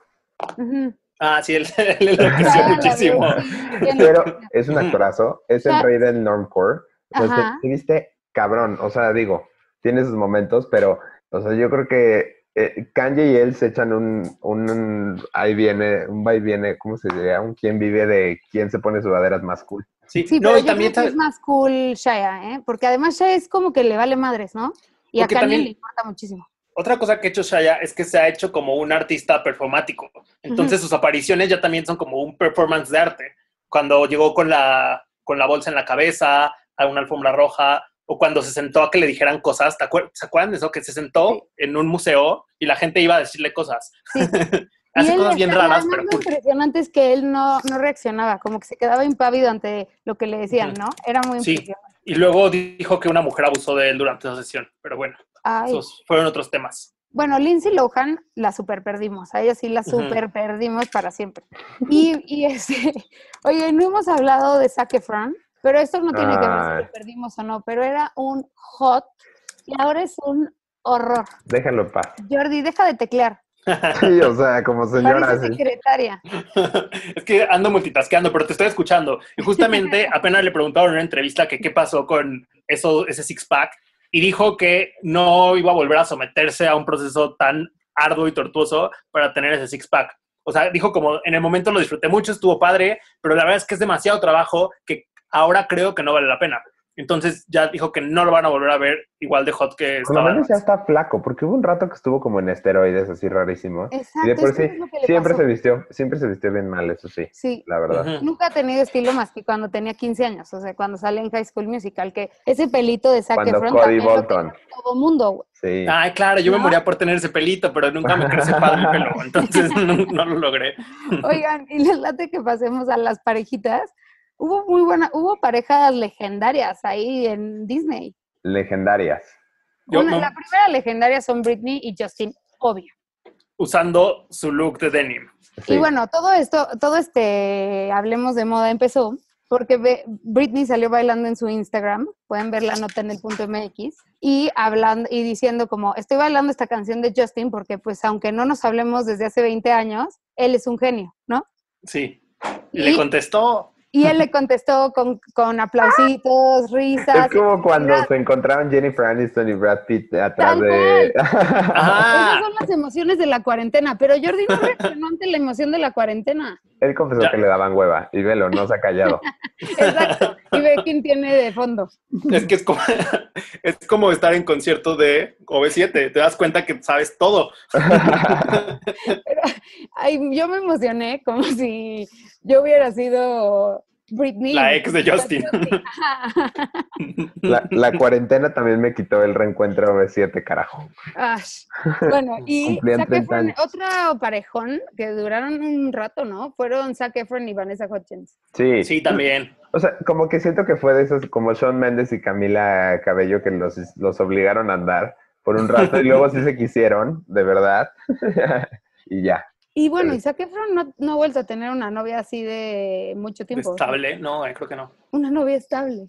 Speaker 3: Ujú.
Speaker 4: Ah, sí, él, él enloqueció
Speaker 3: Ah, la
Speaker 4: muchísimo.
Speaker 3: veo, sí, bien.
Speaker 2: Pero es un
Speaker 4: Ujú.
Speaker 2: actorazo, es el
Speaker 3: Sa-
Speaker 2: rey del normcore. O
Speaker 4: pues,
Speaker 2: sea,
Speaker 3: Ajá.
Speaker 2: se- se viste cabrón, o sea, digo, tiene sus momentos, pero, o sea, yo creo que eh, Kanye y él se echan un, un, un ahí viene, un va y viene, ¿cómo se diría? Un quién vive de quién se pone sudaderas más cool.
Speaker 4: Sí,
Speaker 3: Sí,
Speaker 4: eh, no,
Speaker 3: pero
Speaker 4: y
Speaker 3: yo
Speaker 4: también,
Speaker 3: creo que es más cool Shaya, ¿eh? Porque además Shaya es como que le vale madres, ¿no? Y
Speaker 4: Porque
Speaker 3: a Kanye
Speaker 4: también-
Speaker 3: le importa muchísimo.
Speaker 4: otra cosa que ha hecho Shaya es que se ha hecho como un artista performático. Entonces, sus apariciones ya también son como un performance de arte. Cuando llegó con la, con la bolsa en la cabeza, a una alfombra roja, o cuando se sentó a que le dijeran cosas. ¿te acuer- ¿Se acuerdan de eso? Que se sentó
Speaker 3: Sí.
Speaker 4: en un museo y la gente iba a decirle cosas.
Speaker 3: Sí. Y
Speaker 4: Hace
Speaker 3: él,
Speaker 4: cosas bien
Speaker 3: o sea,
Speaker 4: raras,
Speaker 3: además
Speaker 4: pero
Speaker 3: lo
Speaker 4: cool.
Speaker 3: impresionante es que él no, no reaccionaba, como que se quedaba impávido ante lo que le decían,
Speaker 4: Ujú.
Speaker 3: ¿no? Era muy
Speaker 4: Sí.
Speaker 3: impresionante.
Speaker 4: Y luego dijo que una mujer abusó de él durante una sesión. Pero bueno,
Speaker 3: Ay,
Speaker 4: esos fueron otros temas.
Speaker 3: Bueno, Lindsay Lohan la super perdimos, a ella sí la super perdimos para siempre. Y, y este, oye, no hemos hablado de Zac Efron, pero esto no tiene que ver si
Speaker 2: Ay.
Speaker 3: lo perdimos o no, pero era un hot y ahora es un horror.
Speaker 2: Déjalo en paz.
Speaker 3: Jordi, deja de teclear,
Speaker 2: Sí, o sea, como señora.
Speaker 3: parece
Speaker 2: así.
Speaker 3: secretaria.
Speaker 4: es que ando multitasqueando, pero te estoy escuchando. Y justamente apenas le preguntaron en una entrevista que qué pasó con eso, ese six-pack y dijo que no iba a volver a someterse a un proceso tan arduo y tortuoso para tener ese six-pack. O sea, dijo como en el momento lo disfruté mucho, estuvo padre, pero la verdad es que es demasiado trabajo que ahora creo que no vale la pena. Entonces ya dijo que no lo van a volver a ver igual de hot que
Speaker 2: Por lo
Speaker 4: estaba.
Speaker 2: menos ya está flaco, porque hubo un rato que estuvo como en esteroides, así rarísimo.
Speaker 3: Exacto,
Speaker 2: y de por
Speaker 3: es que
Speaker 2: sí,
Speaker 3: eso es lo que le
Speaker 2: siempre
Speaker 3: pasó.
Speaker 2: se vistió, siempre se vistió bien mal, eso sí,
Speaker 3: Sí,
Speaker 2: la verdad.
Speaker 4: Ujú.
Speaker 3: nunca ha tenido estilo más que cuando tenía 15 años, o sea, cuando sale en High School Musical, que ese pelito de Zac
Speaker 2: Cuando
Speaker 3: Efron
Speaker 2: Cody
Speaker 3: también lo
Speaker 2: Bolton.
Speaker 3: tenía todo mundo, güey.
Speaker 2: Sí.
Speaker 4: Ay, claro, yo me
Speaker 3: ¿No?
Speaker 4: moría por tener ese pelito, pero nunca me crece padre el pelo, entonces no, no lo logré.
Speaker 3: Oigan, y les late que pasemos a las parejitas. Hubo muy buena, hubo parejas legendarias ahí en Disney.
Speaker 2: Legendarias.
Speaker 4: Yo
Speaker 3: Una-
Speaker 4: no-
Speaker 3: La primera legendaria son Britney y Justin, obvio.
Speaker 4: usando su look de denim.
Speaker 2: Sí.
Speaker 3: Y bueno, todo esto, todo este, hablemos de moda, empezó porque ve- Britney salió bailando en su Instagram, pueden ver la nota en el punto MX, y hablando y diciendo como, estoy bailando esta canción de Justin porque pues aunque no nos hablemos desde hace 20 años, él es un genio, ¿no?
Speaker 4: Sí. Y,
Speaker 3: Y-
Speaker 4: le contestó.
Speaker 3: Y él le contestó con, con aplausitos, risas.
Speaker 2: Es como cuando
Speaker 3: felicidad.
Speaker 2: se encontraron Jennifer Aniston y Brad Pitt atrás
Speaker 3: Tal
Speaker 2: de...
Speaker 4: Ah,
Speaker 3: Esas son las emociones de la cuarentena, pero Jordi no reaccionó ante la emoción de la cuarentena.
Speaker 2: Él confesó
Speaker 4: Ya.
Speaker 2: que le daban hueva y velo, no se ha callado.
Speaker 3: Exacto. Y ve quién tiene de fondo.
Speaker 4: es que es como, es como estar en concierto de OV7. Te das cuenta que sabes todo.
Speaker 3: Ay, yo me emocioné como si yo hubiera sido Britney.
Speaker 4: La ex de Justin.
Speaker 3: Ajá.
Speaker 2: La, la cuarentena también me quitó el reencuentro B7, carajo.
Speaker 3: Ash. Bueno, y
Speaker 2: Cumplían
Speaker 3: Zac
Speaker 2: 30
Speaker 3: Efron,
Speaker 2: años.
Speaker 3: otro parejón que duraron un rato, ¿no? Fueron Zac Efron y Vanessa Hudgens.
Speaker 2: Sí.
Speaker 4: Sí, también.
Speaker 2: O sea, como que siento que fue de esos, como Sean Méndez y Camila Cabello, que los, los obligaron a andar por un rato y luego sí se quisieron, de verdad. y ya.
Speaker 3: Y bueno,
Speaker 2: Sí.
Speaker 3: y Zac Efron no, no ha vuelto a tener una novia así de mucho tiempo.
Speaker 4: Estable. No, eh, creo que no.
Speaker 3: Una novia estable.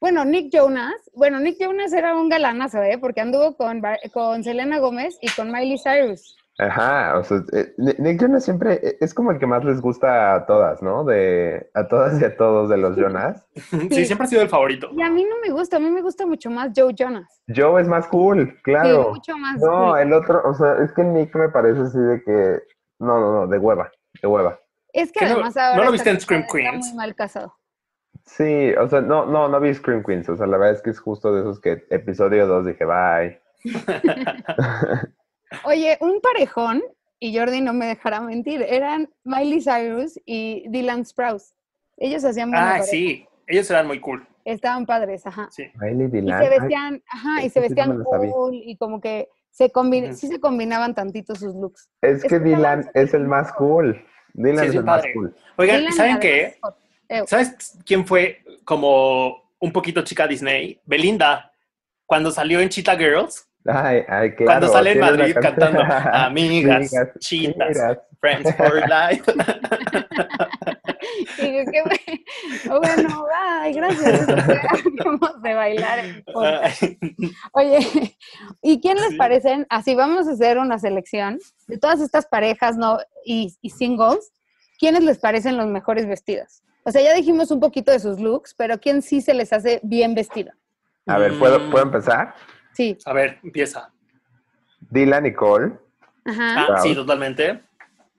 Speaker 3: Bueno, Nick Jonas, bueno, Nick Jonas era un galanazo, ¿eh? Porque anduvo con, Bar- con Selena Gómez y con Miley Cyrus.
Speaker 2: Ajá, o sea, eh, Nick Jonas siempre eh, es como el que más les gusta a todas, ¿no? De a todas y a todos de los Jonas.
Speaker 4: Sí,
Speaker 3: Sí.
Speaker 4: siempre ha sido el favorito.
Speaker 3: Y a mí no me gusta, a mí me gusta mucho más Joe Jonas.
Speaker 2: Joe es más cool,
Speaker 3: Sí,
Speaker 2: claro.
Speaker 3: mucho más.
Speaker 2: No,
Speaker 3: cool.
Speaker 2: el otro, o sea, es que Nick me parece así de que no, no, no, de hueva, de hueva.
Speaker 3: Es que
Speaker 4: ¿Qué no-
Speaker 3: además
Speaker 4: no
Speaker 3: ahora
Speaker 4: lo
Speaker 3: está-
Speaker 4: viste en Scream
Speaker 3: está
Speaker 4: Queens?
Speaker 3: muy mal casado.
Speaker 2: Sí, o sea, no, no, no vi Scream Queens, o sea, la verdad es que es justo de esos que episodio 2 dije, bye.
Speaker 3: Oye, un parejón, y Jordi no me dejará mentir, eran Miley Cyrus y Dylan Sprouse. Ellos hacían buena
Speaker 4: Ah,
Speaker 3: pareja.
Speaker 4: sí. Ellos eran muy cool.
Speaker 3: Estaban padres, ajá.
Speaker 4: Sí.
Speaker 2: Miley
Speaker 3: Y
Speaker 2: Dylan.
Speaker 3: se
Speaker 2: ay,
Speaker 3: vestían, ajá, y
Speaker 2: eso
Speaker 3: se
Speaker 2: sí no me
Speaker 3: vestían
Speaker 2: lo sabía.
Speaker 3: cool y como que se combi-
Speaker 4: Ujú.
Speaker 3: sí se combinaban tantito sus looks.
Speaker 2: es que
Speaker 3: es que Dylan
Speaker 2: Dylan es el más cool. Dylan
Speaker 4: Sí, es
Speaker 2: es el
Speaker 4: bien
Speaker 2: más
Speaker 4: padre.
Speaker 2: cool.
Speaker 4: Oigan,
Speaker 3: Dylan y
Speaker 4: ¿saben
Speaker 3: además
Speaker 4: qué?
Speaker 3: Scott. Eh,
Speaker 4: ¿Sabes quién fue como un poquito chica Disney? Belinda. Cuando salió en Cheetah Girls,
Speaker 2: Ay, ay, claro.
Speaker 4: Cuando sale en
Speaker 2: tiene una
Speaker 4: Madrid
Speaker 2: can-
Speaker 4: cantando Amigas, Chitas,
Speaker 2: chidas.
Speaker 4: Friends for Life.
Speaker 3: y yo, qué bueno. Oh, bueno, ay, gracias. Eso fue Acabamos de bailar. en podcast. Oye, ¿y quién les
Speaker 4: Ah. Sí.
Speaker 3: parecen? Así vamos a hacer una selección de todas estas parejas no y, y singles. ¿Quiénes les parecen los mejores vestidos? O sea, ya dijimos un poquito de sus looks, pero ¿quién sí se les hace bien vestido?
Speaker 2: A ver,
Speaker 4: Mm.
Speaker 2: ¿puedo, ¿puedo empezar?
Speaker 3: Sí,
Speaker 4: A ver, empieza.
Speaker 2: Dylan y Cole
Speaker 3: ajá.
Speaker 4: Ah, sí, totalmente.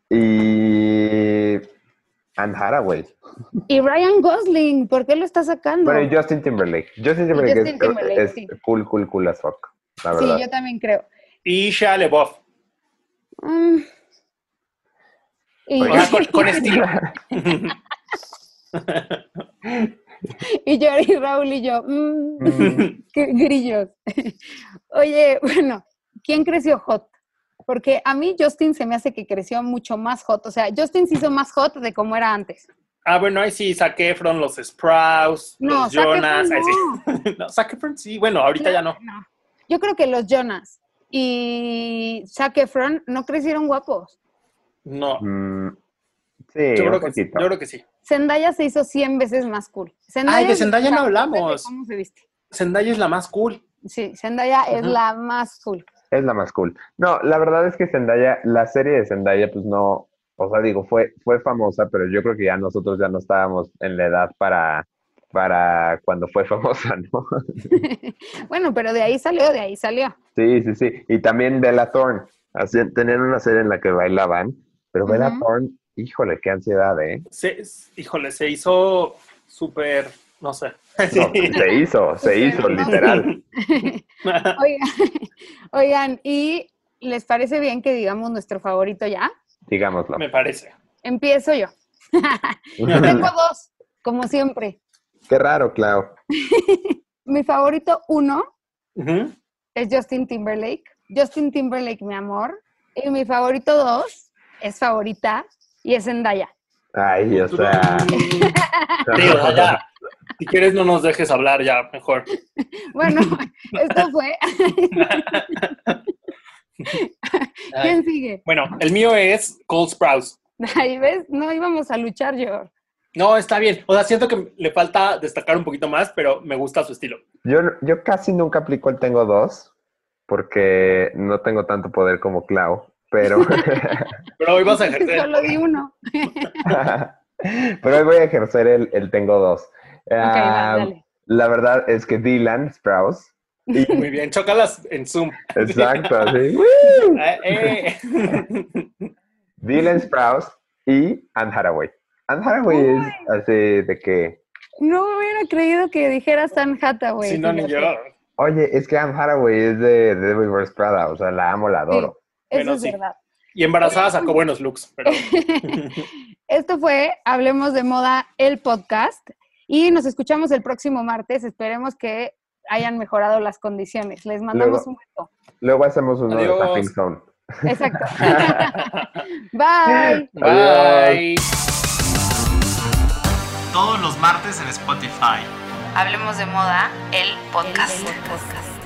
Speaker 2: y Anne Haraway.
Speaker 3: Y Ryan Gosling, ¿por qué lo está sacando?
Speaker 2: Bueno, y Justin Timberlake. Justin Timberlake,
Speaker 3: Justin
Speaker 2: es,
Speaker 3: Timberlake,
Speaker 2: es
Speaker 3: sí.
Speaker 2: cool, cool, cool as fuck. La
Speaker 3: sí,
Speaker 2: verdad.
Speaker 3: yo también creo.
Speaker 4: Y Shia LaBeouf.
Speaker 3: Mm. Y,
Speaker 4: O sea, con, con estilo.
Speaker 3: y yo, y Raúl y yo, mm,
Speaker 2: Mm,
Speaker 3: qué grillos. Oye, bueno, ¿quién creció hot? Porque a mí Justin se me hace que creció mucho más hot. O sea, Justin se hizo más hot de como era antes.
Speaker 4: Ah, bueno, ahí sí, Zac Efron, los Sprouts,
Speaker 3: No,
Speaker 4: los
Speaker 3: Zac Efron
Speaker 4: Jonas. ahí sí. No, Zac Efron sí, bueno, ahorita ya no.
Speaker 3: Yo creo que los Jonas. y Zac Efron no crecieron guapos.
Speaker 4: No.
Speaker 2: Mm, sí,
Speaker 4: yo, creo
Speaker 2: un
Speaker 4: que, sí,
Speaker 2: poquito.
Speaker 4: yo creo que sí.
Speaker 3: Zendaya se hizo 100 veces más cool. Zendaya
Speaker 4: Ay, de
Speaker 3: es-
Speaker 4: Zendaya no
Speaker 3: o sea,
Speaker 4: hablamos.
Speaker 3: ¿Cómo se viste?
Speaker 4: Zendaya es la más cool.
Speaker 3: Sí, Zendaya es
Speaker 4: Ujú.
Speaker 3: la más cool.
Speaker 2: Es la más cool. No, la verdad es que Zendaya, la serie de Zendaya, pues no, o sea, digo, fue, fue famosa, pero yo creo que ya nosotros ya no estábamos en la edad para, para cuando fue famosa, ¿no?
Speaker 3: Bueno, pero de ahí salió, de ahí salió.
Speaker 2: Sí, sí, sí. Y también Bella Thorne. Hacían, tenían una serie en la que bailaban, pero Bella
Speaker 3: Ujú.
Speaker 2: Thorne, híjole, qué ansiedad, ¿eh?
Speaker 4: Se- s- híjole, se hizo súper, no sé.
Speaker 2: No, pues, se hizo, se
Speaker 3: Sí,
Speaker 2: hizo,
Speaker 3: no.
Speaker 2: literal.
Speaker 3: Oigan, oigan, ¿y les parece bien que digamos nuestro favorito ya?
Speaker 2: Digámoslo.
Speaker 4: Me parece.
Speaker 3: Empiezo yo. Tengo dos, como siempre.
Speaker 2: Qué raro, Clau.
Speaker 3: Mi favorito uno
Speaker 4: Ujú.
Speaker 3: es Justin Timberlake. Justin Timberlake, mi amor. Y mi favorito dos es favorita y es Zendaya.
Speaker 2: Ay, o sea.
Speaker 4: Sí, o sea, ya. Si quieres, no nos dejes hablar ya, mejor.
Speaker 3: Bueno, esto fue. ¿Quién sigue?
Speaker 4: Bueno, el mío es Cole Sprouse.
Speaker 3: Ahí ves, no íbamos a luchar yo.
Speaker 4: No, está bien. O sea, siento que le falta destacar un poquito más, pero me gusta su estilo.
Speaker 2: Yo, no- yo casi nunca aplico el tengo dos, porque no tengo tanto poder como Clau, pero,
Speaker 4: Pero hoy vas a ejercer.
Speaker 3: Solo di uno.
Speaker 2: pero hoy voy a ejercer el, el tengo dos.
Speaker 3: Ok, va,
Speaker 2: Ah,
Speaker 3: dale.
Speaker 2: la verdad es que Dylan Sprouse,
Speaker 4: Muy bien, chócalas en Zoom.
Speaker 2: exacto, así, ¡woo!
Speaker 4: Eh, eh.
Speaker 2: Dylan Sprouse y Anne Hathaway. Anne Hathaway es así de que,
Speaker 3: No hubiera creído que dijeras San Hathaway.
Speaker 4: Si no, ni yo.
Speaker 3: fíjate.
Speaker 2: oye, es que Anne Hathaway es de, de Devil Wears Prada, o sea, la amo, la adoro.
Speaker 3: Eso
Speaker 4: Bueno,
Speaker 3: es
Speaker 4: sí.
Speaker 3: verdad.
Speaker 4: Y embarazada sacó buenos looks, pero
Speaker 3: Esto fue Hablemos de Moda, el podcast. Y nos escuchamos el próximo martes. Esperemos que hayan mejorado las condiciones. Les mandamos
Speaker 2: Luego.
Speaker 3: un beso.
Speaker 2: Luego hacemos uno
Speaker 4: Adiós.
Speaker 2: de Tapping Zone.
Speaker 3: Exacto. Bye.
Speaker 4: bye.
Speaker 1: Todos los martes en Spotify.
Speaker 5: Hablemos de moda, el podcast. El podcast.